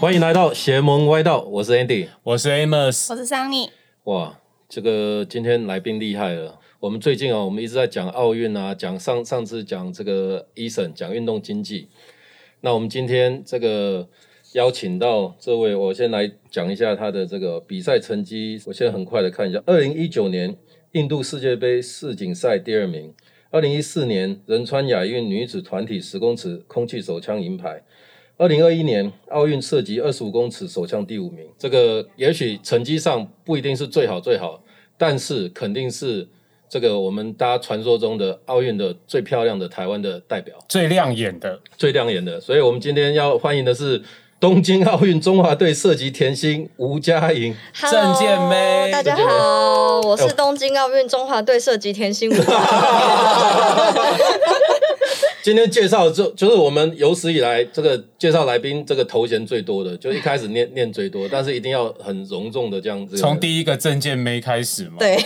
欢迎来到邪门歪道，我是 Andy。我是 Amos，哦我是桑尼，哇，这个今天来宾厉害了。我们最近啊，我们一直在讲奥运啊，讲上上次讲这个医生，讲运动经济。那我们今天这个邀请到这位，我先来讲一下他的这个比赛成绩。我现在很快的看一下，二零一九年印度世界杯世锦赛第二名，二零一四年仁川亚运女子团体十公尺空气手枪银牌。二零二一年奥运涉及二十五公尺手枪第五名，这个也许成绩上不一定是最好最好，但是肯定是这个我们大家传说中的奥运的最漂亮的台湾的代表，最亮眼的，最亮眼的。所以我们今天要欢迎的是东京奥运中华队射击甜心吴佳莹。郑健妹大家郑健妹好，我哎是东京奥运中华队射击田心武。 今天介绍就就是我们有史以来这个介绍来宾这个头衔最多的，就一开始念念最多，但是一定要很隆重的这样子。从第一个证件没开始嘛。，对，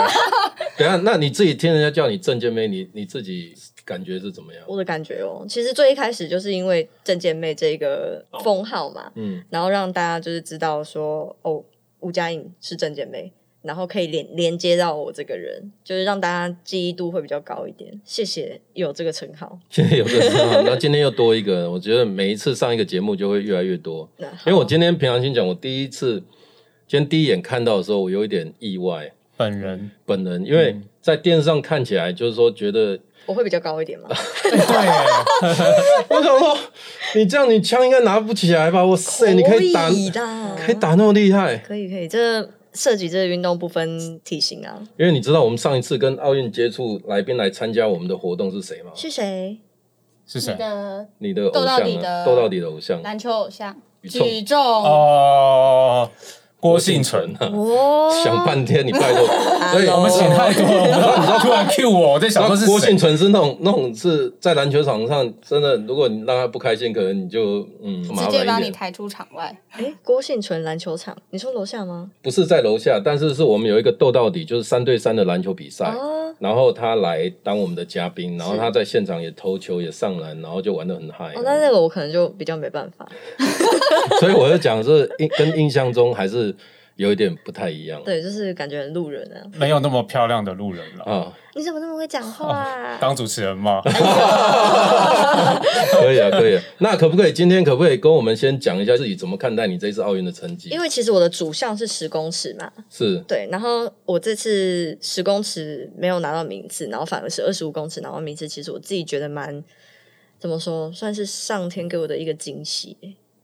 等一下，那你自己听人家叫你郑健妹，你你自己感觉是怎么样？我的感觉哦，其实最一开始就是因为郑健妹这个封号嘛，嗯，然后让大家就是知道说，哦，吴佳颖是郑健妹，然后可以连连接到我这个人，就是让大家记忆度会比较高一点。谢谢有这个称号，现在有这个 称号，那今天又多一个，我觉得每一次上一个节目就会越来越多。那因为我今天平常心讲，我第一次今天第一眼看到的时候，我有一点意外，本 人本人因嗯为在电视上看起来就是说觉得，我会比较高 一点嘛，哎对耶，嗯我想说你这样你枪应该拿不起来吧？哇塞，你可以打，的，可以，打那么厉害。可以可以，这涉及这个运动不分体型啊，因为你知道我们上一次跟奥运接触来宾来参加我们的活动是谁吗？是谁？ 是你谁？的你的偶斗到像底啊，的斗到底的偶像篮球偶像宇宙举重，哦，郭幸存。哦，啊想半天，你拜 托，所以我们请太多了，我不知道你知道突然 Q 我，我在想说是郭谁幸。存是那种那种是在篮球场上真的，如果你让他不开心，可能你就嗯麻直接把烦一你点。抬出场外。哎，郭幸存篮球场，你说楼下吗？不是在楼下，但是是我们有一个斗到底，就是三对三的篮球比赛。啊，然后他来当我们的嘉宾，然后他在现场也投球也上篮，然后就玩的很嗨、哦，那那个我可能就比较没办法。 所以我就讲是印跟印象中还是有一点不太一样。对，就是感觉很路人啊。没有那么漂亮的路人了，啊，你怎么那么会讲话、啊？当主持 人吗？可以啊，可以啊。那可不可以今天可不可以跟我们先讲一下自己怎么看待你这次奥运的成绩？因为其实我的主项是十公尺嘛，是对，然后我这次十公尺没有拿到名次，然后反而是二十五公尺拿到名次，其实我自己觉得蛮怎么说，算是上天给我的一个惊喜。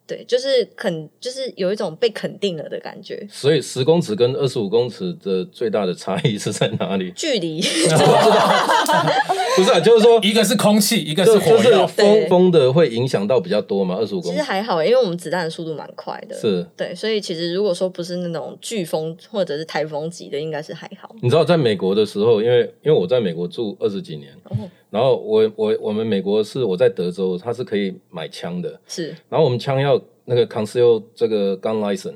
对，就是肯，就是有一种被肯定了的感觉。？所以十公尺跟二十五公尺的最大的差异是在哪里 距离，不 是啊，就是说，一个是空气，一个是就就火是药。风风的会影响到比较多嘛，二十五公其实尺还好，因为我们子弹的速度蛮快的。是。对，所以其实如果说不是那种飓风或者是台风级的，应该是还好。你知道，在美国的时候，因为因为我在美国住二十几年，哦，然后我我我们美国是我在德州，它是可以买枪的，是然后我们枪要那个 conceal 这个 gun license，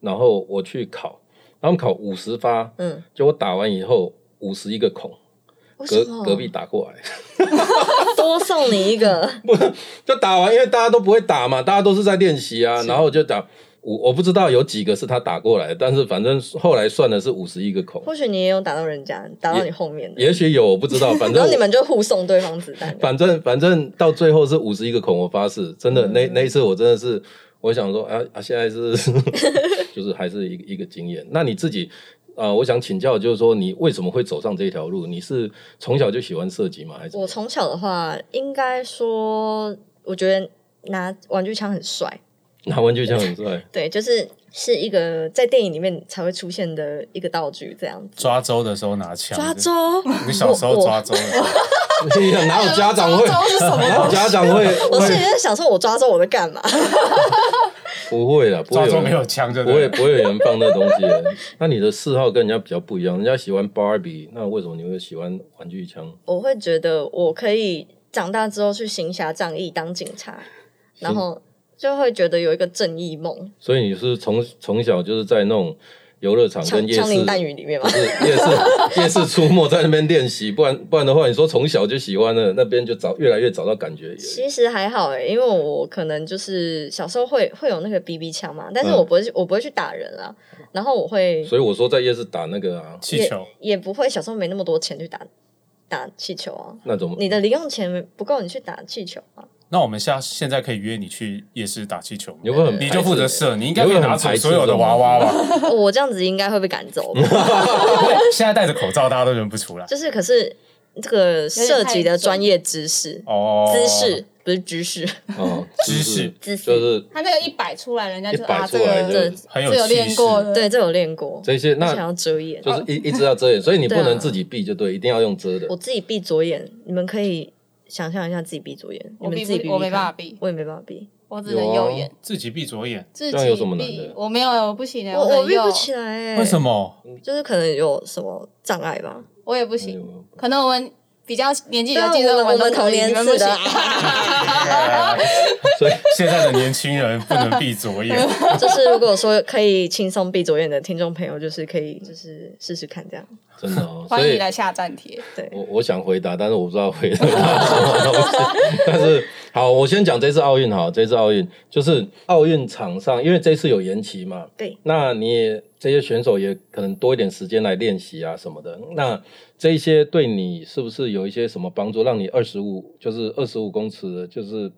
然后我去考，然后我们考五十发，嗯，就我打完以后五十一个孔，为什隔么隔 壁打过来，多送你一个就打完，因为大家都不会打嘛，大家都是在练习啊，然后我就打。我我不知道有几个是他打过来的，但是反正后来算的是五十一个孔，或许你也有打到人家，打到你后面的，也许有我不知道，反然正后你我们就互送对方子 弹。反正反正到最后是五十一个孔，我发誓，真嗯的、那那一次我真的是，我想说啊啊，现在是 就是还是一个一个经验。那你自己呃，我想请教，就是说你为什么会走上这条路？你是从小就喜欢射击吗？还是我从小的话，应该说，我觉得拿玩具枪很帅，拿玩具枪 很帅？对，就是是一个在电影里面才会出现的一个道具，这样子。抓周的时候拿枪，抓周，你小时候我抓周 的时候，你想哪有家长会周？周是什么？哪有家长会？我会是有点想说，我抓周我在干嘛？不会啦，不抓会周有没人有。枪，对不会， 对？不会有人放那东西的。那你的嗜好跟人家比较不一样，人家喜欢芭比，那为什么你会喜欢玩具枪？我会觉得我可以长大之后去行侠仗义当警察，然后就会觉得有一个正义梦。所以你是从从小就是在那种游乐场枪跟夜市枪林弹雨里面 嘛不，是夜 市夜市出没在那边练习，不然不然的话，你说从小就喜欢了，那边就找越来越找到感觉。其实还好哎、因为我可能就是小时候会会有那个 BB 枪嘛，但是嗯我不会去、我不会去打人啊，然后我会所以我说在夜市打那个啊，气也球也不会小时候没那么多钱去打打气球啊，那种你的零用钱不够你去打气球啊，那我们下现在可以约你去夜市打气球吗？你会很你就负责排斥射，你应该可以拿走所有的娃娃吧？哦我这样子应该会被赶走吧， 现在戴着口罩，大家都认不出来就是可是这个涉及的专业知识、哦。 姿势不是知识，哦，知识就是知识就是他这个一摆出来，人家就一摆啊，出这来个就很有这有气练势过的，对，这有练过，这些，我想那要遮掩，就是一一直要遮掩，所以你不对啊能自己避就对，一定要用遮的我。自己闭左眼，你们可以想象一下自己闭左眼，你我们闭自己闭不，我没办法法，闭，我也没办法闭，我只能有啊右眼，自己闭左眼，自这样有己什么难闭的我没有，我不行的，我只能闭右不，起来、欸，为什？么？就是可能有什么障碍吧。我也不哎行，呦可能我们比较年纪比较对啊轻我的，们都我们可同以年你们不次的行啊 所以 现在的年轻人不能闭左眼，就是如果说可以轻松闭左眼的听众朋友，就是可以就是试试看这样。真 的哦，所欢迎以来下站帖。对，我我想回答，但是我不知道回答什么东西。但是好，我先讲这次奥运哈，这次奥运就是奥运场上，因为这次有延期嘛，对，那你也这些选手也可能多一点时间来练习啊什么的。那这一些对你是不是有一些什么帮助？让你二十五就是二十五公尺的，就是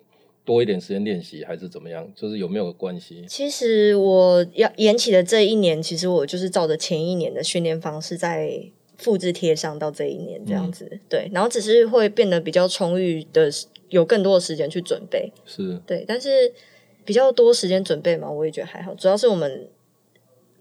多一点时间练习，还是怎么样？就是有没有关系？其实我要延期的这一年，其实我就是照着前一年的训练方式在复制贴上到这一年这样子。对，然后只是会变得比较充裕的，有更多的时间去准备。是对，但是比较多时间准备嘛，我也觉得还好。主要是我们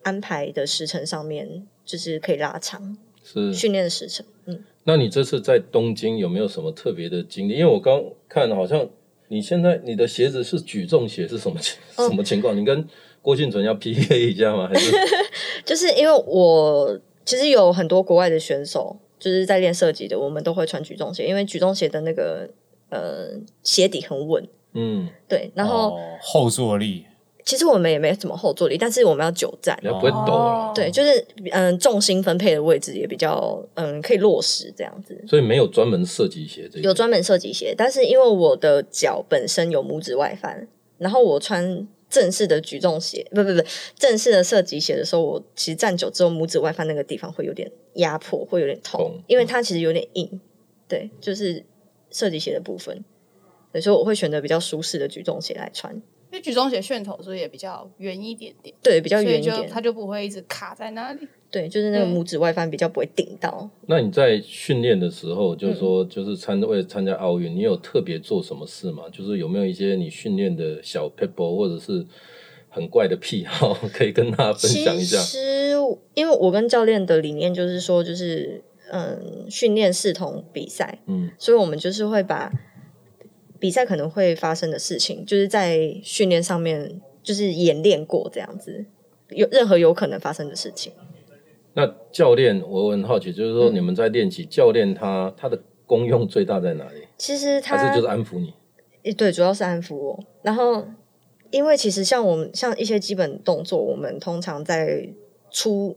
安排的时程上面，就是可以拉长是，训练的时程。嗯，那你这次在东京有没有什么特别的经历？因为我刚看好像你现在你的鞋子是举重鞋，是什么情、 哦什么情况？你跟郭敬淳要 PK 一下吗？还是 就是因为我其实有很多国外的选手，就是在练射击的，我们都会穿举重鞋，因为举重鞋的那个呃鞋底很稳。嗯，对，然后、哦后坐力其实我们也没什么后坐力，但是我们要久站你。要不会抖啊？哦对，就是嗯，重心分配的位置也比较嗯，可以落实这样子。所以没有专门射击鞋这一有种专门设计鞋，但是因为我的脚本身有拇指外翻，然后我穿正式的举重鞋，不不不，正式的射击鞋的时候，我其实站久之后，拇指外翻那个地方会有点压迫，会有点痛，痛因为它其实有点硬。对，就是射击鞋的部分，所以说我会选择比较舒适的举重鞋来穿，因为举重鞋楦头是不是也比较圆一点点，对，比较所圆以一就点它，就不会一直卡在那里。对，就是那个嗯拇指外翻比较不会顶到。那你在训练的时候，就是嗯说，就是参为了参加奥运，你有特别做什么事吗？就是有没有一些你训练的小 p e p l e 或者是很怪的癖好， 可以跟大家分享一下？其实，因为我跟教练的理念就是说，就是嗯，训练视同比赛，嗯，所以我们就是会把比赛可能会发生的事情，就是在训练上面就是演练过这样子，有任何有可能发生的事情。那教练，我很好奇，就是说嗯你们在练习，教练他他的功用最大在哪里？其实他还是就是安抚你？诶对，主要是安抚我。然后，因为其实像我们像一些基本动作，我们通常在初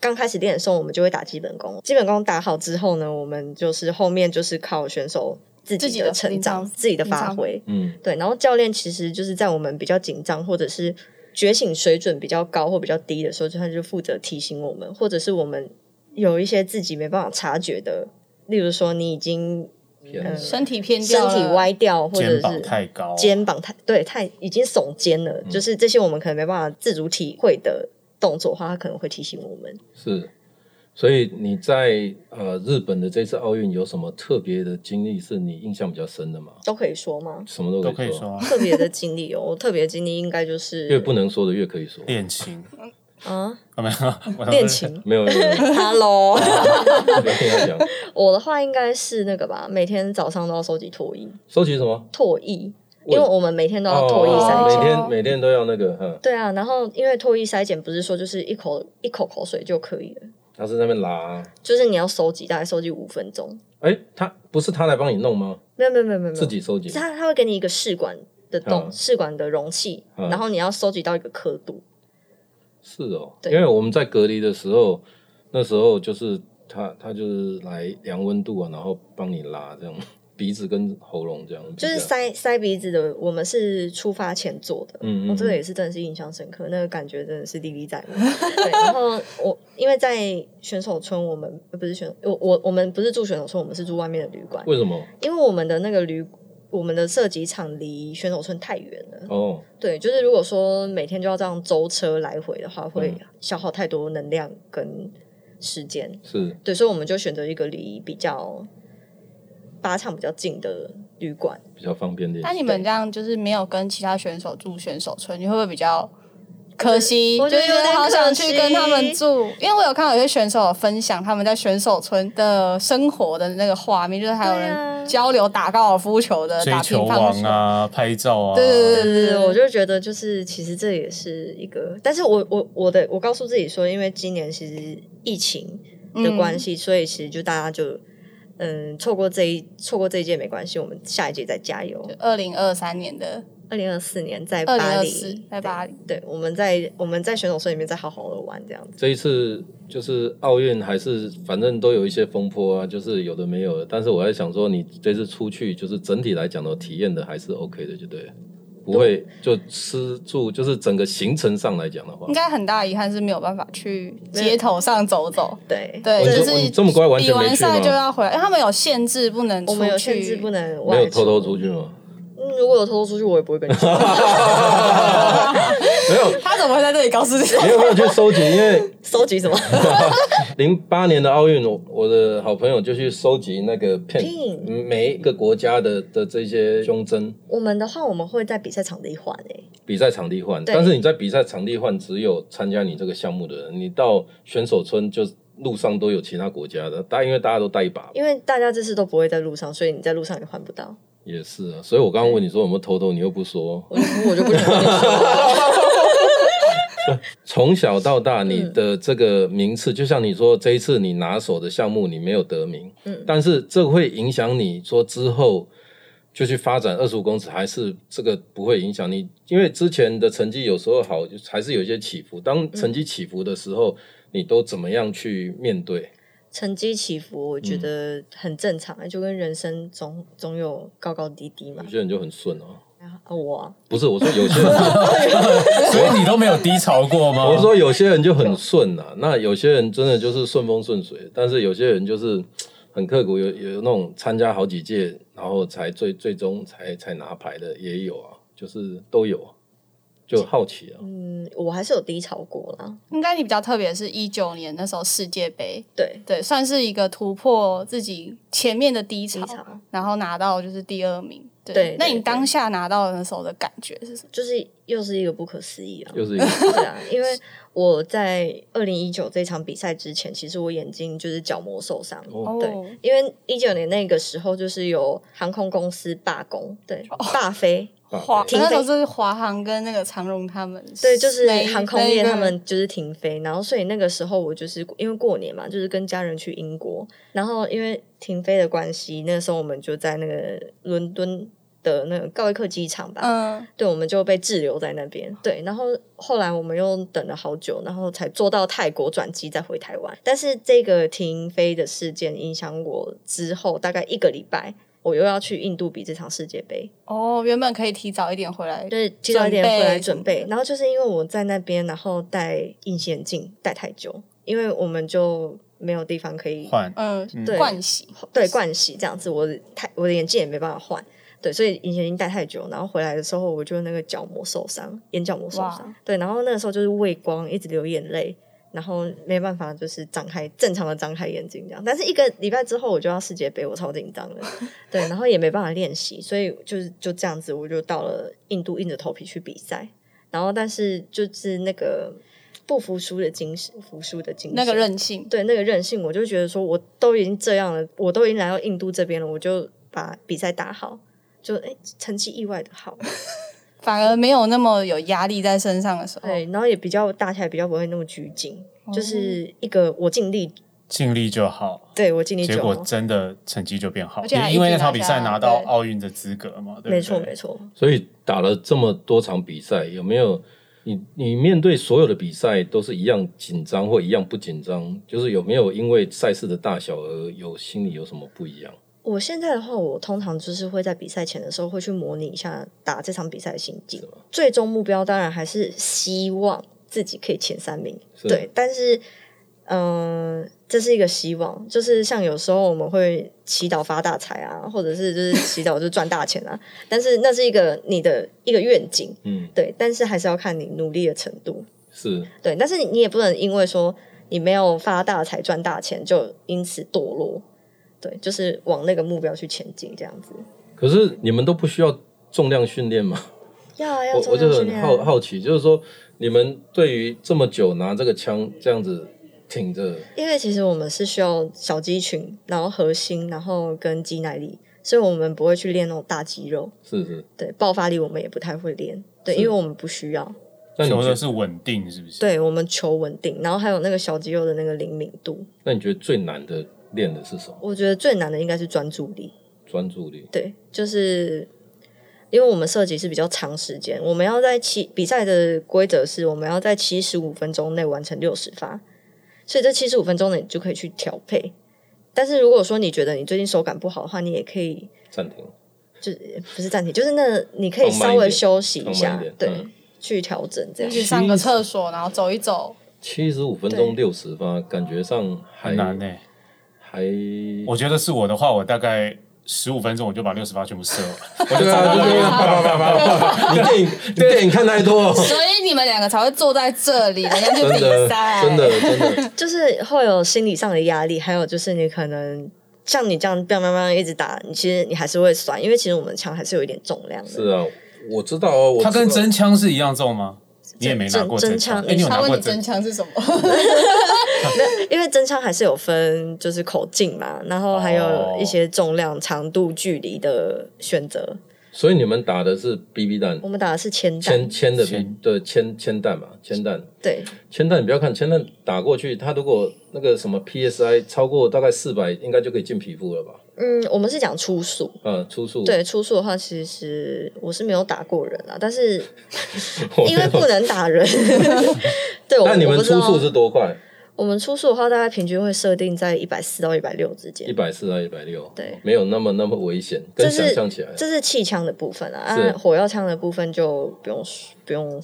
刚开始练的时候，我们就会打基本功。基本功打好之后呢，我们就是后面就是靠选手自自己己的的成临长、场自己的临发场挥。嗯，对，然后教练其实就是在我们比较紧张或者是觉醒水准比较高或比较低的时候，就他就负责提醒我们，或者是我们有一些自己没办法察觉的，例如说你已经偏了身体偏身掉了体歪掉，或者肩膀是太哦高，肩膀太对太已经耸肩了，嗯就是这些我们可能没办法自主体会的动作的话，他可能会提醒我们。是。所以你在呃日本的这次奥运有什么特别的经历是你印象比较深的吗？？都可以说吗什么都都可可以以说啊特别的经 历哦，我特别的经历应该就越是不能说的越可以说。恋情啊，啊没有我恋情。没有没有，没有 Hello，不要听他讲。我的话应该是那个吧，每天早上都要收集唾液，收集什么？唾液，我因为我们每天都要唾液哦筛每检。天每天都要那个，嗯，对啊，然后因为唾液筛检不是说就是一口一口口水就可以了，他是在那边拉。就是你要收集，大概收集五分钟。哎，他不是他来帮你弄吗？没有没有没有没有，没有自己收集是。它它会给你一个试管的洞，嗯试管的容器，嗯然后你要收集到一个刻度，是哦，对因为我们在隔离的时候，那时候就是他他就是来量温度啊，然后帮你拉这样 鼻子跟喉咙这样，就是比较塞塞鼻子的，我们是出发前做的。嗯我、嗯，这个也是真的是印象深刻，那个感觉真的是历历在目。对，然后我因为在选手村，我们呃不是选手我我我们不是住选手村，我们是住外面的旅馆，为什么？因为我们的那个旅我们的射击场离选手村太远了。哦，对，就是如果说每天就要这样舟车来回的话，会嗯消耗太多能量跟时间。是对，所以我们就选择一个离比较靶场比较近的旅馆。比较方便点那。你们这样就是没有跟其他选手住选手村，你会不会比较可惜？我觉就得是有点好想去可惜跟他们住，因为我有看到有些选手有分享他们在选手村的生活的那个画面，就是还有对啊人交流打高尔夫球的、追打球乒乓王球，啊，拍照啊，对对对对对对，我就觉得就是其实这也是一个，但是我我我的我告诉自己说，因为今年其实疫情嗯的关系，所以其实就大家就嗯错过这一错过这一届没关系，我们下一届再加油。二零二三年的二零二四年在二零巴二四黎，在巴黎，对，我们在我们在选手村里面再好好的玩这样子。这一次就是奥运还是反正都有一些风波啊，就是有的没有的。但是我在想说，你这次出去就是整体来讲的体验的还是 OK 的，就对了，不会就吃住就是整个行程上来讲的话应，该很大遗憾是没有办法去街头上走走。对，对，哦你就这是你这么乖完比全没完去吗赛就要回来，因为他们有限制，不能出我去。们有限制不能没外有偷偷出去吗？嗯如果有偷偷出去，我也不会跟你说。 没有，他怎么会在这里告诉 你？没有没有去收集，因为收集什么？零八年的奥运，我我的好朋友就去收集那个片， Pin 每一个国家的的这些胸针我们的话，我们会在比赛场地换欸诶、比赛场地换，对但是你在比赛场地换，只有参加你这个项目的人，你到选手村就路上都有其他国家的，大因为大家都带一把，因为大家这次都不会在路上，所以你在路上也换不到。也是啊。所以我刚刚问你说有没有偷偷，你又不说。我就我就不想跟你 说。从小到大，你的这个名次，就像你说，这一次你拿手的项目你没有得名，嗯但是这会影响你说之后就去发展二十五公尺，还是这个不会影响你？因为之前的成绩有时候好，就还是有一些起伏。当成绩起伏的时候，你都怎么样去面对？成绩起伏，我觉得很正常、欸就跟人生总总有高高低低嘛有。些人就很顺哦，啊，我啊不是我说有些人，所以你都没有低潮过吗？我是说有些人就很顺啊，那有些人真的就是顺风顺水，但是有些人就是。很刻苦，有有那种参加好几届，然后才最最终才才拿牌的也有啊，就是都有啊，就好奇啊。嗯，我还是有低潮过啦。应该你比较特别是一九年那时候世界杯，对，对，算是一个突破自己前面的低潮，低潮啊然后拿到就是第二名。对，对那对你当下拿到的那时候的感觉是什么？就是又是一个不可思议啊。就是一个对啊，因为我在二零一九这场比赛之前，其实我眼睛就是角膜受伤。哦对，因为一九年那个时候就是有航空公司罢工，对，哦罢飞，华大 停飞飞那时候是华航跟那个长荣他们，对，就是那一航空业那一他们就是停飞，然后所以那个时候我就是因为过年嘛，就是跟家人去英国，然后因为停飞的关系，那时候我们就在那个伦敦的那个高威克机场吧，嗯，对，我们就被滞留在那边。对，然后后来我们又等了好久，然后才坐到泰国转机再回台湾。但是这个停飞的事件影响我之后大概一个礼拜。我又要去印度比这场世界杯，哦，原本可以提早一点回来，对，提早一点准备回来准备。然后就是因为我在那边，然后戴隐形眼镜戴太久，因为我们就没有地方可以换嗯，对冠喜，对冠洗这样子，我的太我的眼镜也没办法换，对，所以隐形眼镜戴太久，然后回来的时候我就那个角膜受伤，眼角膜受伤哇，对，然后那个时候就是畏光，一直流眼泪，然后没办法就是张开正常的张开眼睛这样，但是一个礼拜之后我就要世界杯，我超紧张 的，对，然后也没办法练习，所以就是就这样子，我就到了印度硬着头皮去比赛，然后但是就是那个不服输的精神，服输的精神，那个韧性，对那个任性，我就觉得说，我都已经这样了，我都已经来到印度这边了，我就把比赛打好，就哎成绩意外的好，反而没有那么有压力在身上的时候，对，然后也比较打起来比较不会那么拘谨，就是一个我尽力，尽力就好，对我尽力结就果好，真的成绩就变好，而且还也因为一直那场拿比下赛拿到对奥运的资格嘛，对不对没错没错，所以打了这么多场比赛，有没有你你面对所有的比赛都是一样紧张或一样不紧张，就是有没有因为赛事的大小而有心里有什么不一样？我现在的话，我通常就是会在比赛前的时候会去模拟一下打这场比赛的心境。最终目标当然还是希望自己可以前三名，是对。但是，嗯、这是一个希望，就是像有时候我们会祈祷发大财啊，或者是就是祈祷就赚大钱啊。 但是那是一个你的一个愿景，嗯，对。但是还是要看你努力的程度，是对。但是你也不能因为说你没有发大财赚大钱，就因此堕落。对，就是往那个目标去前进，这样子。可是你们都不需要重量训练吗？要啊要我重我就量训很练好好奇，就是说你们对于这么久拿这个枪这样子挺着，因为其实我们是需要小肌群，然后核心，然后跟肌耐力，所以我们不会去练那种大肌肉。是是？对，爆发力我们也不太会练，对，是因为我们不需要。那你求觉的得是稳定，是不是？对，我们求稳定，然后还有那个小肌肉的那个灵敏度。那你觉得最难的练的是什么？我觉得最难的应该是专注力。专注力。对，就是因为我们射击是比较长时间，我们要在七比赛的规则是我们要在七十五分钟内完成六十发，所以这七十五分钟内你就可以去调配。但是如果说你觉得你最近手感不好的话，你也可以暂停。就是不是暂停，就是那你可以放慢稍一微点休息一放下慢一点，对，嗯去调整这样去。上个厕所，然后走一走。七十五分钟对六十发，感觉上还很难呢、还我觉得是我的话，我大概十五分钟我就把六十发全部射完。对啊，就是啪啪啪啪 啪，你电影你电影看太 多，所以你们两个才会坐在这里，人家去 真比的赛，真的真的，就是会有心理上的压力，还有就是你可能像你这样 bang bang bang 一直打，你其实你还是会酸，因为其实我们枪还是有一点重量的。是啊，我知道哦，我它跟知道真枪是一样重吗？你也没拿过真枪，真枪欸哎，你有他拿问过你真枪是什么？因为真枪还是有分，就是口径嘛，然后还哦有一些重量、长度、距离的选择。所以你们打的是 BB 弹我，们打的是铅弹铅，铅的铅对铅铅弹嘛，铅弹对，铅弹你不要看铅弹打过去，它如果那个什么 PSI 超过大概四百，应该就可以进皮肤了吧？嗯，我们是讲初速。嗯，出速，对初速的话，其实我是没有打过人啊，但是我没因有为不能 打人，对，我那你们我不知出道速是多快？我们初速的话，大概平均会设定在一百四到一百六之一间。百四啊到一百六，对，没有那么那么危险，这跟想是象起来，这是气枪的部分啊，是啊火药枪的部分就不用不用，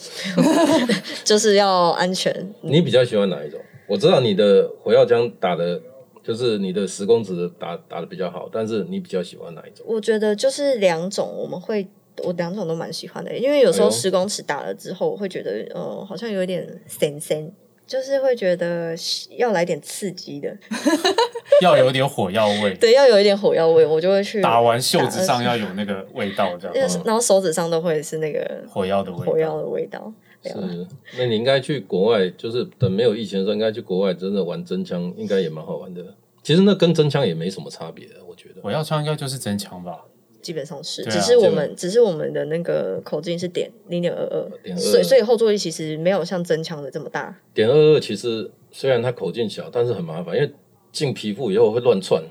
就是要安全。你比较喜欢哪一种？我知道你的火药枪打的，就是你的十公尺打打的比较好，但是你比较喜欢哪一种？我觉得就是两种，我们会我两种都蛮喜欢的，因为有时哎候呦十公尺打了之后，我会觉得呃好像有一点神神，就是会觉得要来点刺激的，要有点火药味，对，要有一点火药味，我就会去打完袖子上要有那个味道，这因为样然后手指上都会是那个火药的火味药道。的味道。对啊是，那你应该去国外，就是等没有疫情的时候，应该去国外真的玩真枪，应该也蛮好玩的。其实那跟真枪也没什么差别，啊我觉得。火药枪应该就是真枪吧？基本上是，对啊只是我基们只是我们的那个口径是点零点二二， 0.22所以所以后坐力其实没有像真枪的这么大。点二二其实虽然它口径小，但是很麻烦，因为进皮肤以后会乱窜。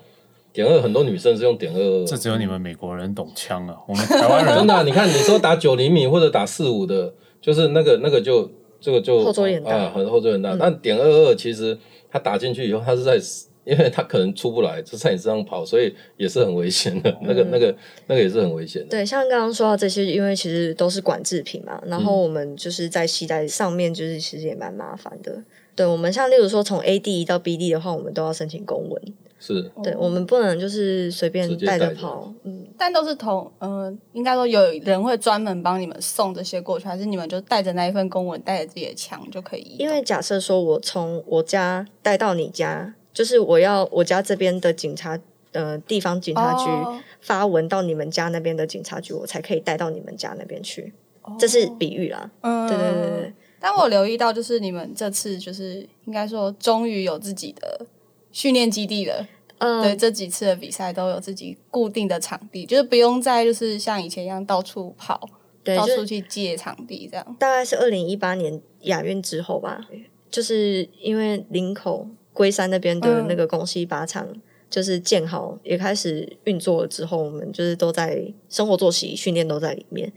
点二很多女生是用点二二，这只有你们美国人懂枪啊，我们台湾 真 人的啊、你看你说打九厘米或者打四五的，就是那个那个就这个就后坐力很大嗯啊，很后坐力很大。但点二二其实它打进去以后，它是在，因为它可能出不来，就在你身上跑，所以也是很危险的。那个那个那个也是很危险的。嗯对，像刚刚说到这些，因为其实都是管制品嘛，然后我们就是在系带上面，就是其实也蛮麻烦的。对，我们像例如说从 A 地到 B 地的话，我们都要申请公文。是对，我们不能就是随直便接带着带着跑。嗯， 但都是同，呃，应该说有人会专门帮你们送这些过去，还是你们就带着那一份公文，带着自己的枪就可以移动？因为假设说我从我家带到你家，就是我要我家这边的警察，呃，地方警察局。哦发文到你们家那边的警察局，我才可以带到你们家那边去。这是比喻啦，嗯，对对对对对。哦但我有留意到，就是你们这次就是应该说，终于有自己的训练基地了。对，嗯，这几次的比赛都有自己固定的场地，就是不用再就是像以前一样到处跑，对，到就处是去借场地这样。大概是二零一八年亚运之后吧，就是因为林口龟山那边的嗯那个公西靶场。就是建好也开始运作了之后，我们就是都在生活作息、训练都在里面，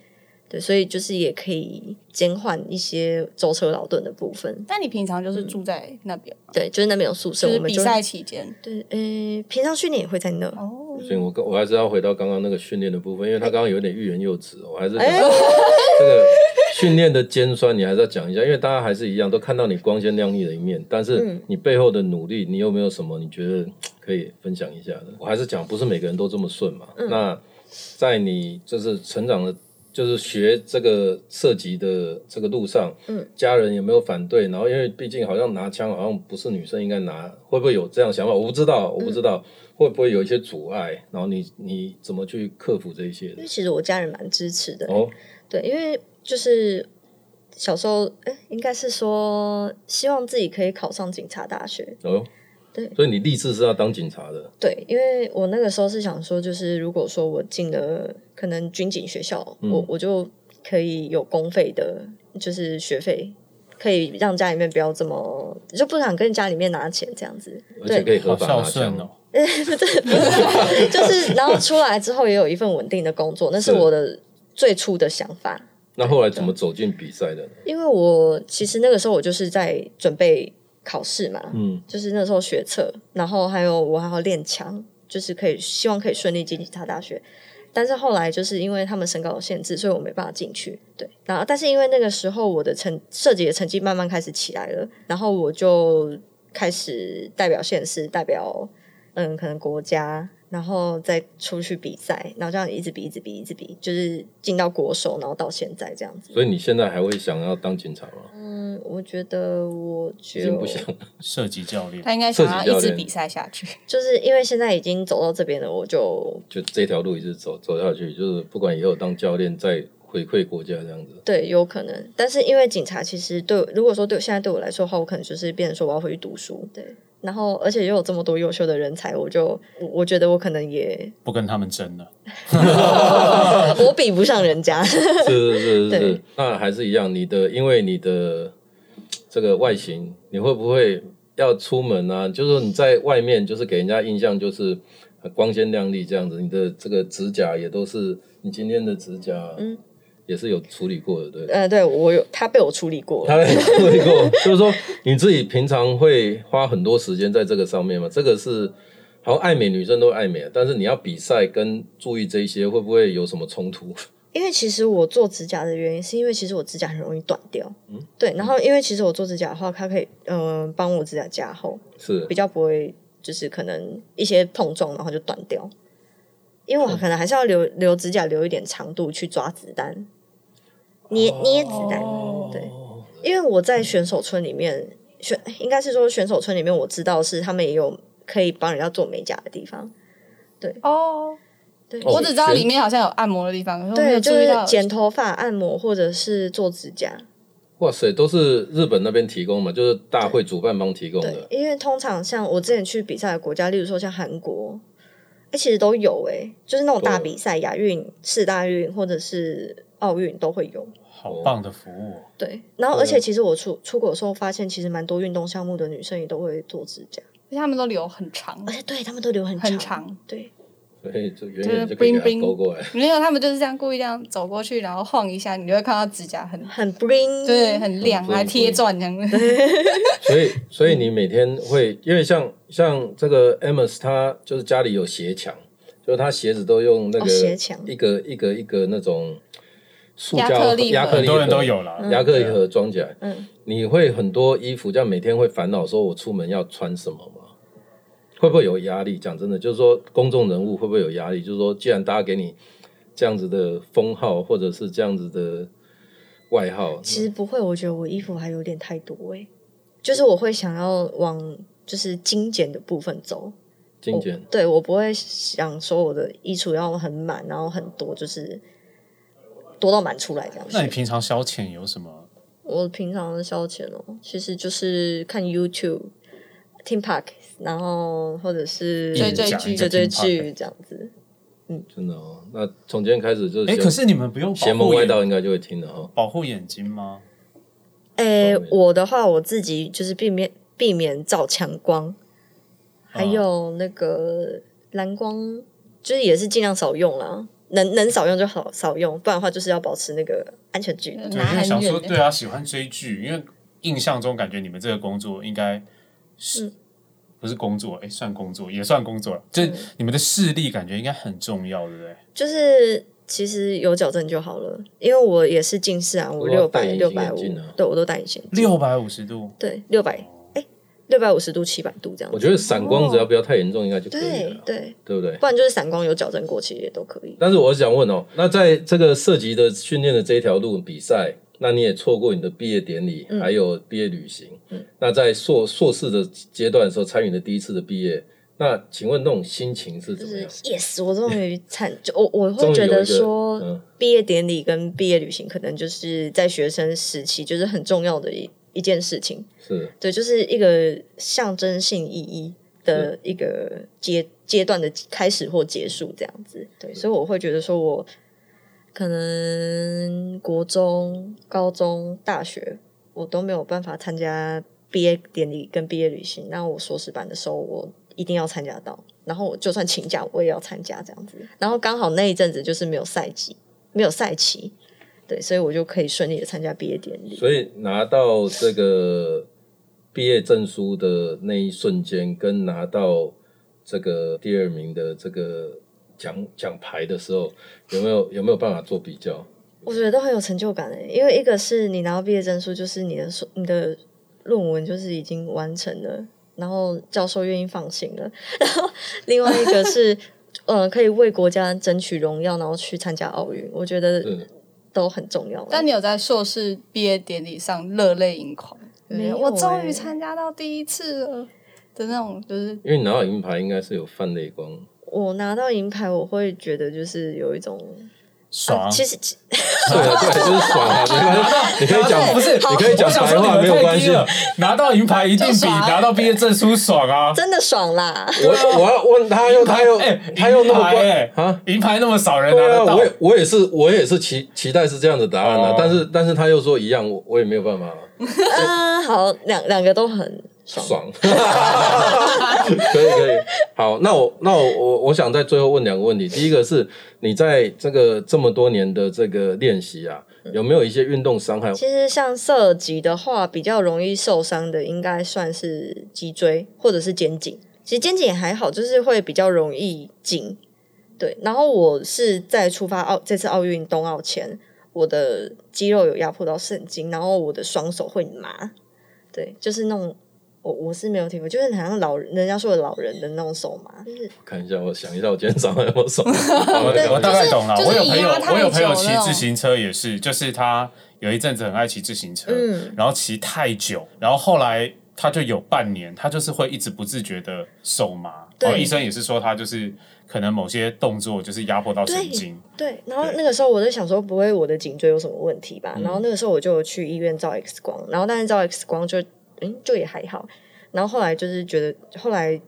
对，所以就是也可以减缓一些舟车劳顿的部分。但你平常就是住在那边吗，嗯对，就是那边有宿舍，就是我们比就赛期间对，呃，平常训练也会在那。哦。所以我跟我还是要回到刚刚那个训练的部分，因为他刚刚有点欲言又止，哦我还是想哎这个训练的尖酸你还是要讲一下，因为大家还是一样都看到你光鲜亮丽的一面，但是你背后的努力，你有没有什么你觉得嘖可以分享一下的？我还是讲，不是每个人都这么顺嘛。那在你就是成长的。就是学这个射击的这个路上，嗯，家人有没有反对？然后因为毕竟好像拿枪好像不是女生应该拿，会不会有这样想法？我不知道，我不知道、会不会有一些阻碍，然后你你怎么去克服这一些因的为？其实我家人蛮支持的，哦，对，因为就是小时候，哎，应该是说希望自己可以考上警察大学。哦，对所以你立志是要当警察的，对，因为我那个时候是想说，就是如果说我进了可能军警学校，嗯我我就可以有公费的，就是学费，可以让家里面不要这么就不想跟家里面拿钱这样子。而且对，可以合好法孝拿顺枪哦。。就是 然后出来之后也有一份稳定的工作，那是是我的最初的想法。那后来怎么走进比赛的呢？因为我其实那个时候我就是在准备考试嘛，嗯，就是那时候学测，然后还有我还要练枪，就是可以希望可以顺利进警察大学。但是后来就是因为他们身高有限制，所以我没办法进去。对，然后但是因为那个时候我的成设计的成绩慢慢开始起来了，然后我就开始代表县市，代表嗯可能国家，然后再出去比赛，然后这样一直比一直比一直比，就是进到国手，然后到现在这样子。所以你现在还会想要当警察吗？嗯，我觉得我已就经不想了，射击教练，他应该想要射击教一直练比赛下去，就是因为现在已经走到这边了，我就就这条路一直走走下去，就是不管以后当教练再回馈国家这样 子。对有可能，但是因为警察其实对，如果说对现在对我来说的话，我可能就是变成说我要回去读书，对，然后而且又有这么多优秀的人才，我就我我觉得我可能也不跟他们争了。哦我比不上人家， 是是是是对是，那还是一样，你的因为你的这个外形，你会不会要出门啊？就是说你在外面，就是给人家印象就是很光鲜亮丽这样子，你的这个指甲也都是你今天的指甲，嗯也是有处理过的，对。呃，对我有他被我处理过，他 来处理过，就是说你自己平常会花很多时间在这个上面吗？这个是好像爱美女生都爱美，啊但是你要比赛跟注意这一些，会不会有什么冲突？ 因为其实我做指甲的原因，是因为其实我指甲很容易断掉，对，然后因为其实我做指甲的话，它可以嗯、呃帮我指甲加厚，是比较不会，就是可能一些碰撞然后就断掉。因为嗯我可能还是要留留指甲留一点长度去抓子弹，捏哦捏子弹。哦对，哦因为我在选手村里面选，应该是说选手村里面我知道是他们也有可以帮人家做美甲的地方。哦，对，哦我只知道全里面好像有按摩的地方，可是我没对，有就注意是到剪头发、按摩或者是做指甲。哇塞，都是日本那边提供嘛，就是大会主办方提供对的，，因为通常像我之前去比赛的国家，例如说像韩国，哎、其实都有哎、就是那种大比赛，亚运、世大运或者是奥运都会有。好棒的服务哦、对，然后而且其实我出出国的时候发现，其实蛮多运动项目的女生也都会做指甲，而且他们都留很长而，且对他们都留很很长，对，所以就远就是远就可以给 bling 他勾过来。没有他们就是这样故意这样走过去，然后晃一下，你就会看到指甲很很 bling，对，很亮，很还贴钻这样。 所以，所以你每天会，因为像像这个 Amos，他就是家里有鞋墙，就是他鞋子都用那个、哦鞋墙一个一个一个那种塑胶亚克力盒亚克很力很多人盒都有啦。亚克力盒装起来。嗯你会很多衣服，这样每天会烦恼说我出门要穿什么吗？会不会有压力？讲真的，就是说公众人物会不会有压力？就是说，既然大家给你这样子的封号，或者是这样子的外号，其实不会，我觉得我衣服还有点太多哎、就是我会想要往就是精简的部分走，精简我对我不会想说我的衣橱要很满，然后很多，就是多到满出来这样那你子。平常消遣有什么？我平常的消遣哦，其实就是看 YouTube、听 p a r k 然后或者是追硬追讲剧一追个追 King 剧 Park。这样哦子。真的哦。那从今天开始就是哎，邪可是你们不用邪保门护歪眼道应该就会听了哦。保护眼睛吗？诶、哦我的话我自己就是避免避免照强光，还嗯有那个蓝光，就是也是尽量少用啦。能能少用就好少用，不然的话就是要保持那个安全距离。对，拿因为很想远说，的。对啊，喜欢追剧，因为印象中感觉你们这个工作应该是、不是工作？哎，算工作也算工作了，就是你们的视力感觉应该很重要，对不对？就是其实有矫正就好了，因为我也是近视啊，我都要六戴百、隐六形百眼五镜啊，对我都戴隐形，六百五十度，对，六百哎，六百五十度、七百度这样我子。觉得散光只要不啊要太严重，应该就可以对了，对，对不对？不然就是散光有矫正过，其实也都可以。但是我想问哦，那在这个涉及的训练的这一条路比赛，那你也错过你的毕业典礼，嗯还有毕业旅行。那在硕硕士的阶段的时候，参与的第一次的毕业，那请问那种心情是怎就么是样？ yes，我终于产就我我啊终会于觉有一得个说，嗯毕业典礼跟毕业旅行可能就是在学生时期就是很重要的一一件事情，是对，就是一个象征性意义的一个阶阶段的开始或结束这样子，对，所以我会觉得说我可能国中、高中、大学我都没有办法参加毕业典礼跟毕业旅行，那我硕士班的时候我一定要参加到，然后我就算请假我也要参加这样子，然后刚好那一阵子就是没有赛季，没有赛期。对，所以我就可以顺利的参加毕业典礼。所以拿到这个毕业证书的那一瞬间，跟拿到这个第二名的这个奖奖牌的时候，有没有有没有办法做比较？我觉得都很有成就感诶，因为一个是你拿到毕业证书，就是你的硕你的论文就是已经完成了，然后教授愿意放行了，然 后另外一个是呃可以为国家争取荣耀，然后去参加奥运，我觉得是都很重要啦。但你有在硕士毕业典礼上热泪盈眶？没有我终欸于参加到第一次了的那种，就是因为你拿到银牌，应该是有泛泪光。我拿到银牌，我会觉得就是有一种，爽。其实其对啊，对，就是爽 啊，没关系，你可以讲不是你可以讲我想白说你话，们没有太关低系。啊了啊拿到银牌一定比就爽啊拿到毕业证书爽啊！真的爽啦。我我要问他又他又哎，他又那么银牌乖哎啊？银牌那么少人拿对啊，得到我，也我也是我也是期期待是这样的答案啊哦，但是但是他又说一样，我我也没有办法啊啊， 好，两两个都很爽。爽。 可以可以，好，那我那我我我想在最后问两个问题，第一个是你在这个这么多年的这个练习啊，嗯有没有一些运动伤害？其实像射击的话，比较容易受伤的应该算是脊椎或者是肩颈。其实肩颈也还好，就是会比较容易紧。对，然后我是在出发奥这次奥运冬奥前，我的肌肉有压迫到神经，然后我的双手会麻。对，就是那种我我是没有体会，就是好像老人人家说的老人的那种手麻，就是看一下，我想一下，我今天早上有没有手？我我大概懂了。就是我有朋友就是压，太我有朋友久骑了哦自行车也是，就是他有一阵子很爱骑自行车，嗯然后骑太久，然后后来他就有半年，他就是会一直不自觉的手麻。对哦医生也是说他就是可能某些动作就是压迫到神经，对，然后对嗯那个时候我在想说，不会我的颈椎有什么问题吧？然后那个时候我就有去医院照 X 光，然后但是照 X 光就嗯就也还好，然后后来就是觉得后来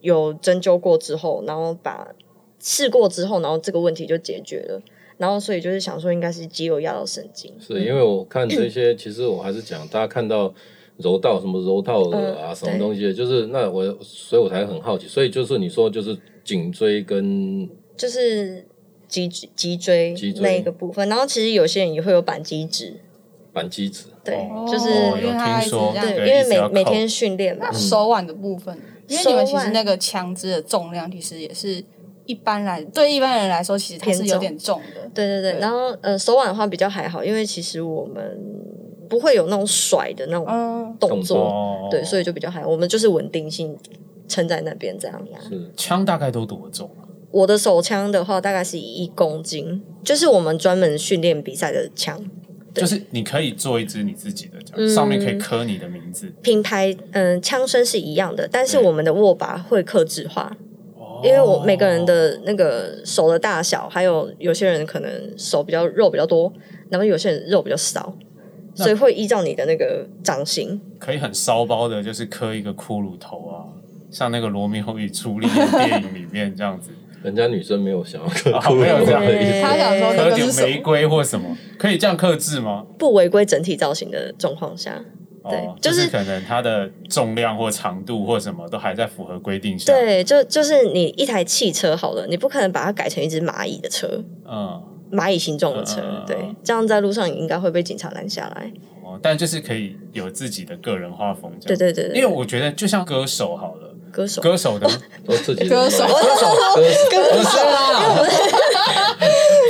有针灸过之后，然后把试过之后，然后这个问题就解决了，然后所以就是想说应该是肌肉压到神经，是因为我看这些，其实我还是讲大家看到柔道什么柔道耳啊、嗯什么东西的，就是那我，所以我才很好奇。所以就是你说就是颈椎跟就是脊脊椎脊椎那一个部分，然后其实有些人也会有板机指，板机子，对，哦就是哦因有为他听一直说这样对，对因一为直要每每靠天训练嘛那，手腕的部分，因为你们其实那个枪支的重量其实也是一般来对一般人来说，其实它是有点重的。对对对，对然后呃手腕的话比较还好，因为其实我们不会有那种甩的那种嗯，动作，哦，对，所以就比较还好。我们就是稳定性撑在那边这样呀。是枪大概都多重啊？我的手枪的话大概是一公斤，就是我们专门训练比赛的枪，对就是你可以做一支你自己的这嗯样，上面可以刻你的名字，品牌嗯、呃枪身是一样的，但是对我们的握把会克制化，哦因为我每个人的那个手的大小，还有有些人可能手比较肉比较多，然后有些人肉比较少，那所以会依照你的那个掌型。可以很骚包的，就是刻一个骷髅头啊，像那个《罗密欧与朱丽叶》电影里面这样子，人家女生没有想要跟 啊没有这样的意思 对他想说那刻个点是什玫么？瑰或什么，可以这样克制吗？不违规整体造型的状况下，对哦，就就是是可能它的重量或长度或什么都还在符合规定下。，对，就就是你一台汽车好了，你不可能把它改成一只蚂蚁的车，嗯，蚂蚁形状的车，嗯嗯嗯对，这样在路上你应该会被警察拦下来。哦，但就是可以有自己的个人画风这对样。对对对，因为我觉得就像歌手好了，歌手，歌 手的 都自己歌手歌手歌手啊不是啦，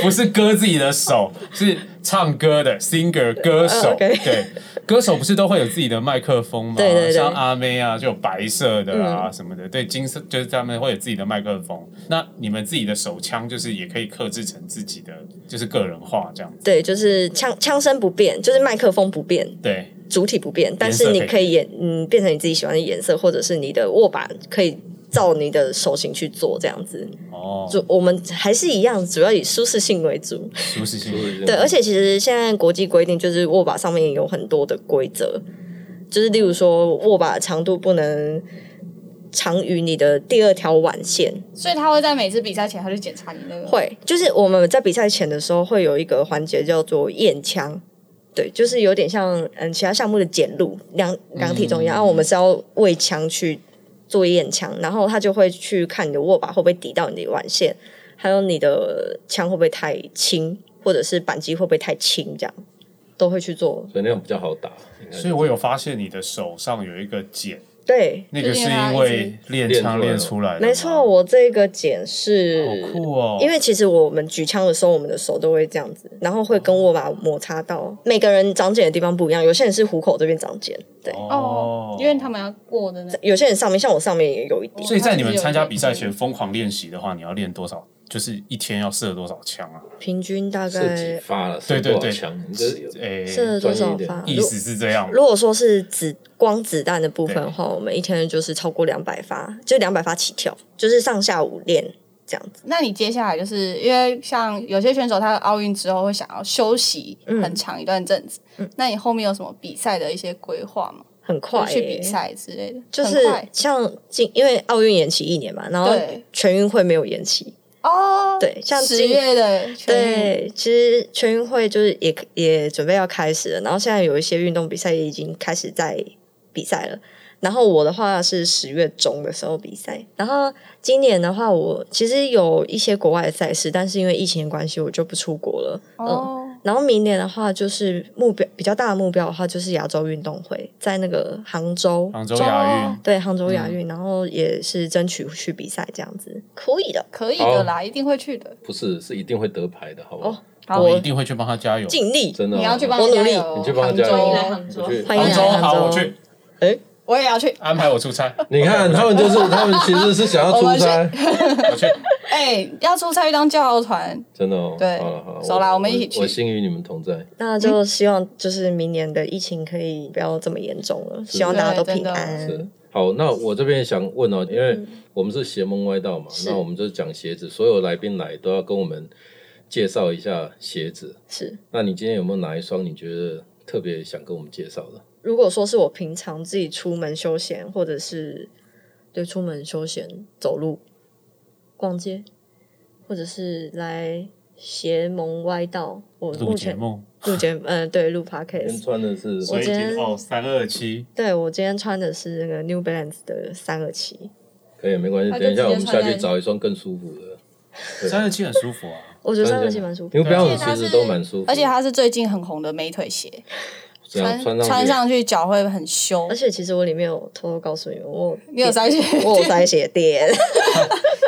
不是割自己的手，是唱歌的 singer 歌手。呃，OK 对，歌手不是都会有自己的麦克风吗？对对嗯对像阿妹啊，就有白色的啊、什么的，对，金色就是他们会有自己的麦克风。那你们自己的手枪就是也可以克制成自己的，就是个人化这样子。对，就是枪枪声不变，就是麦克风不变，对，主体不变，但颜是色你可以可以演，嗯，变成你自己喜欢的颜色，或者是你的握把可以照你的手型去做这样子。哦，就我们还是一样，主要以舒适性为主。舒适性。对，而且且其实现在国际规定就是握把上面有很多的规则，就是例如说握把的长度不能长于你的第二条腕线，所以他会在每次比赛前，他去检查你那个。会就是我们在比赛前的时候会有一个环节叫做验枪。对，就是有点像嗯其他项目的检录量量体重一嗯样，啊然、后、我们是要为枪去做验枪，然后他就会去看你的握把会不会抵到你的腕线，还有你的枪会不会太轻，或者是扳机会不会太轻，这样都会去做所以那样比较好打，应该所以我有发现你的手上有一个茧，对，那个是因为练枪练出来的吗。没错，我这个茧是，嗯好酷哦！因为其实我们举枪的时候，我们的手都会这样子，然后会跟握把摩擦到。每个人长茧的地方不一样，有些人是虎口这边长茧，对，哦，因为他们要过的那有些人上面像我上面也有一点。所以在你们参加比赛前疯狂练习的话，你要练多少？就是一天要射多少枪啊？哦平均大是几概发了，对对对强，你这诶、射了专多业少一点发？意如思是这样吗。如果说是子光子弹的部分的对话，我们一天就是超过两百发，就两百发起跳，就是上下午练这样子。那你接下来就是因为像有些选手，他奥运之后会想要休息嗯很长一段阵子，那你后面有什么比赛的一些规划吗？很快、欸，去比赛之类的，就是很快像今因为奥运延期一年嘛，然后对全运会没有延期，哦，，对，像今十月的全运对，其实全运会就是也也准备要开始了，然后现在有一些运动比赛也已经开始在比赛了。然后我的话是十月中的时候比赛，然后今年的话我其实有一些国外的赛事，但是因为疫情的关系，我就不出国了。嗯，哦，然后明年的话就是目标比较大的目标的话就是亚洲运动会，在那个杭州。杭州嗯亚运哦，对杭州亚运，然后也是争取去比赛这样子，可以的。可以的啦，一定会去的。不是是一定会得牌的，好不哦好？好，我一定会去帮他加油。尽力，真的哦，你要去帮我他努加力油，你去帮他杭加油州来杭我去欢杭迎来州杭好，我州去我也要去。安排我出 差，你看他们就是他们其实是想 要我出们是差，我去。哎，要出差去当教导团，真的哦。对好了好了，走啦我们一起去我幸与你们同在。那就希望就是明年的疫情可以不要这么严重了，希望大家都平是安。好，那我这边想问哦，因为我们是邪门歪道嗯嘛，那我们就讲鞋子，所有来宾来都要跟我们介绍一下鞋子。是，那你今天有没有哪一双你觉得特别想跟我们介绍的？如果说是我平常自己出门休闲，或者是对出门休闲走路、逛街，或者是来邪门歪道，我录目节前目，录节目，嗯、对，录今天 podcast。穿的是我所以今天哦三二七，对我今天穿的是那个 New Balance 的三二七，可以没关系，那就等一下我们直接穿下在去找一双更舒服的。三二七很舒服啊。我觉得三二七蛮舒服因为的。标准其实都蛮舒服，而且它是最近很红的美腿鞋，这嗯样穿穿上上去脚会很羞而。且其实我里面有偷偷告诉你们，我有你有塞鞋？我有塞鞋垫。去，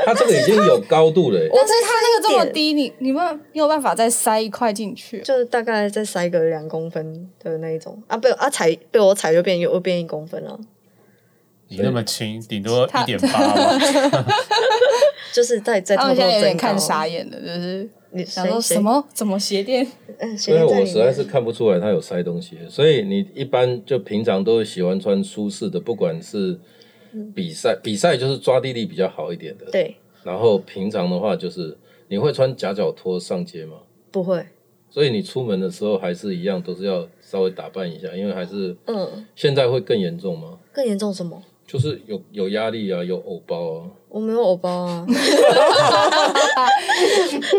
它这个已经有高度了耶。 但是它那个这么我在低，你你们你有办法再塞一块进去？就大概再塞个两公分的那一种啊，被我啊踩被我踩就变又变一公分了，你那么轻，顶多他一点八吧。就是在在他偷偷哦们现在有点增高。看傻眼了，就是你想谁说谁什？么怎么鞋垫？嗯，谁因为在我里实在面？是看不出来它有塞东西，所以你一般就平常都喜欢穿舒适的，不管是比赛，比赛就是抓地力比较好一点的。嗯对，然后平常的话就是你会穿夹脚拖上街吗？不会，所以你出门的时候还是一样，都是要稍微打扮一下，因为还是嗯，现在会更严重吗？更严重什么？就是有有压力啊，有偶包啊，我没有偶包 啊！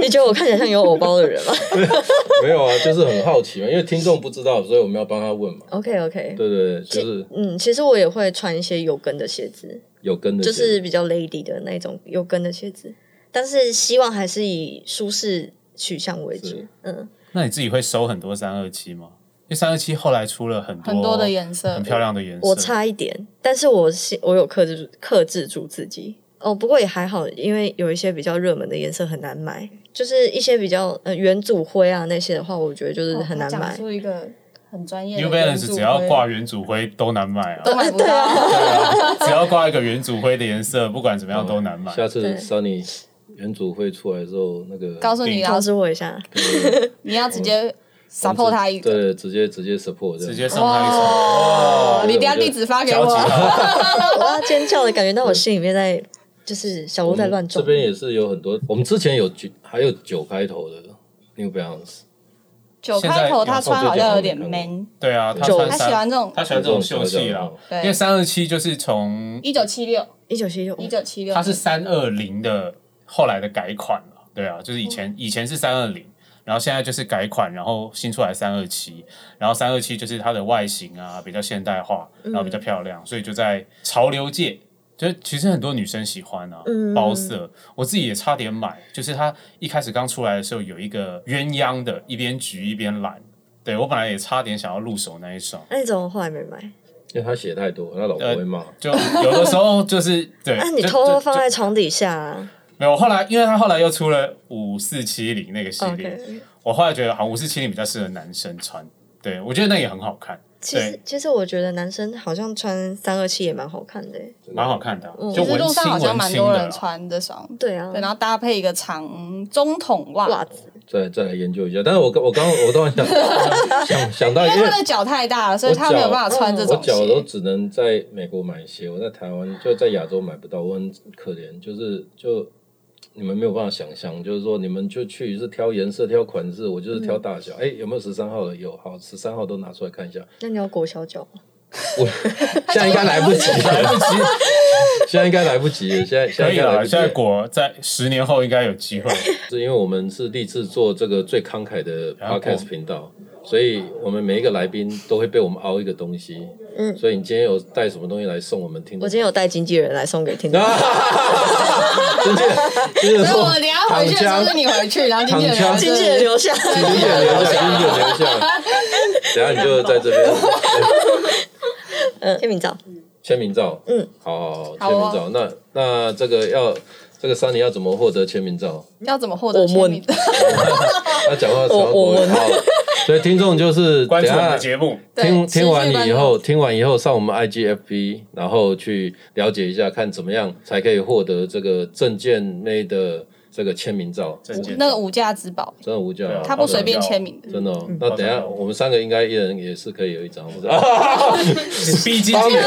你觉得我看起来像有偶包的人吗？ 没有啊，就是很好奇嘛，因为听众不知道，所以我们要帮他问嘛。 OK OK，对对对，就是嗯，其实我也会穿一些有跟的鞋子，有跟的就鞋子，是比较 lady 的那种有跟的鞋子，但是希望还是以舒适取向为主是。嗯，那你自己会收很多三二七吗？因为三二七后来出了很多很多的颜哦色很漂亮的颜色。我差一点，但是我是我有克制住克制住自己。哦，不过也还好，因为有一些比较热门的颜色很难买，就是一些比较呃元祖灰啊那些的话，我觉得就是哦很他难讲买。啊出一个很专业的 New 元 Balance 素只要灰 挂原主灰都难买啊都，买不到， 只要挂一个原主灰的颜色，不管怎么样都难买。下次对 Sunny 原主会出来之后，那个告诉你告要诉我一下， 你要直接 support 他一个，对，直接直接 support 这样直接送他一首。哦哦，你等下地址发给交集我。到我要尖叫的感觉到我心里面在就是小鹿在乱这撞。边也是有很多，我们之前有九，还有九开头的 New Balance，九现在开头他穿好像有点有空就 man，对啊，他 就穿他三喜欢这种他喜欢这种秀气啊啦，对因为三二七就是从一九七六一九七六，一九七六，它是三二零的后来的改款了，对啊，就是以嗯前以前是三二零，然后现在就是改款，然后新出来三二七，然后三二七就是它的外形啊比较现代化，嗯然后比较漂亮，所以就在潮流界。就是其实很多女生喜欢啊，嗯包色，我自己也差点买。就是它一开始刚出来的时候，有一个鸳鸯的，一边橘一边蓝。对我本来也差点想要入手那一双，那你怎么后来没买？因为他写太多，他老呃婆会骂。就有的时候就是 对，那啊你就偷就偷就放在床底下啊没有，后来因为他后来又出了五四七零那个系列？OK。我后来觉得啊好像五四七零比较适合男生穿，对我觉得那也很好看，其实对，其实我觉得男生好像穿三二七也蛮好看的欸。蛮好看的啊、嗯就就是文路上青好像文蛮青多的啊人啦。穿这双，对啊对，，然后搭配一个长中筒袜，袜子再再来研究一下。但是我刚我刚我突然想 想想到，因因为为他的脚太大了，所以他没有办法穿这嗯我种脚都鞋。只能在美国买鞋，我在台湾就在亚洲买不到，我很可怜。就是就你们没有办法想象，就是说你们就去是挑颜色、挑款式，我就是挑嗯大小。哎、有没有十三号的？有，好，十三号都拿出来看 一下。那你要裹小脚吗？我现在应该来不及来啊了，不及， 现在应该来不及了，现在现可在应以该来了。不及现在了。果在十年后应该有机会。是因为我们是立志做这个最慷慨的然后 podcast 频道，所以我们每一个来宾都会被我们凹一个东西。嗯所以你今天有带什么东西来送我们听众？我今天有带经纪人来送 给听众。啊，真的真所以的说我，等一下回去的时候是你回去，然后经纪人躺来 枪经纪人留下，经纪人留下，经纪人留下，等一下你就在这边嗯，签名照。签名照。嗯，好好好，好签名哦照。那那这个要这个三年要怎么获得签名照？要怎么获得我签名？他讲话超我国我好，所以听众就是关等一注我们下的节目，对听持续听完你以关后，听完以后上我们 IGFB，然后去了解一下，看怎么样才可以获得这个证件内的这个签名照，证件 那个无价之宝，真的无价对啊哦，他不随便签名的。真的哦。那等一下我们三个应该一人也是可以有一张， 不是？逼经纪人，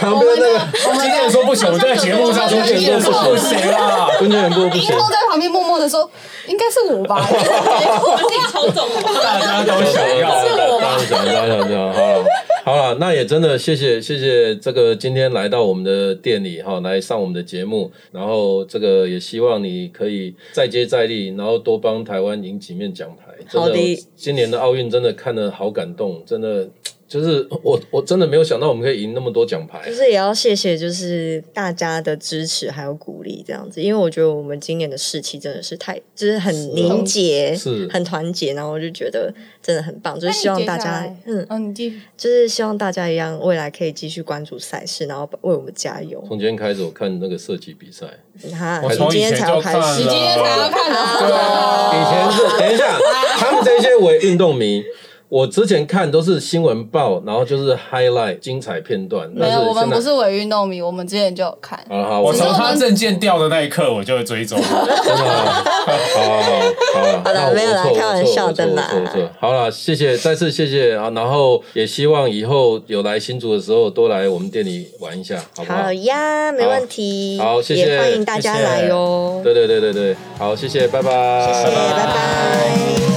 旁边那个经纪人说不行，我们就在节目上说 经纪人说不行啊。婚前部不银行，后在旁边默默的说：“应该是我吧。”哎我自己抽走大家都想要， 当然想，当然想，好了。好了，那也真的谢谢谢谢这个今天来到我们的店里哈，来上我们的节目，然后这个也希望你可以再接再厉，然后多帮台湾赢几面奖牌。真好的今年的奥运真的看得好感动，真的就是我我真的没有想到我们可以赢那么多奖牌就。是也要谢谢，就是大家的支持还有鼓励这样子，因为我觉得我们今年的士气真的是太，就是很凝结，啊是很团结，然后我就觉得真的很棒，就是希望大家，嗯，嗯，你继续。就是希望大家一样，未来可以继续关注赛事，然后为我们加油。从今天开始，我看那个射击比赛，哈，我从从今天才要开以前始你就看了今天才要看啊以的，前是等一下，他们这些伪运动迷，我之前看都是新闻报，然后就是 highlight 精彩片段。没有，我们不但是现在是伪运动迷，我们之前就有看。好了，好，我我真从的他证件掉的那一刻，我就会追踪。好好好好了，好那啦我没有啦我错开玩我错笑的我错啦我错我错好了，谢谢，再次谢谢啊，然后也希望以后有来新竹的时候，多来我们店里玩一下，好不好好？呀，没问题，好谢谢也欢迎大家来哟，对对对对对，好，谢谢，拜拜，谢谢，拜拜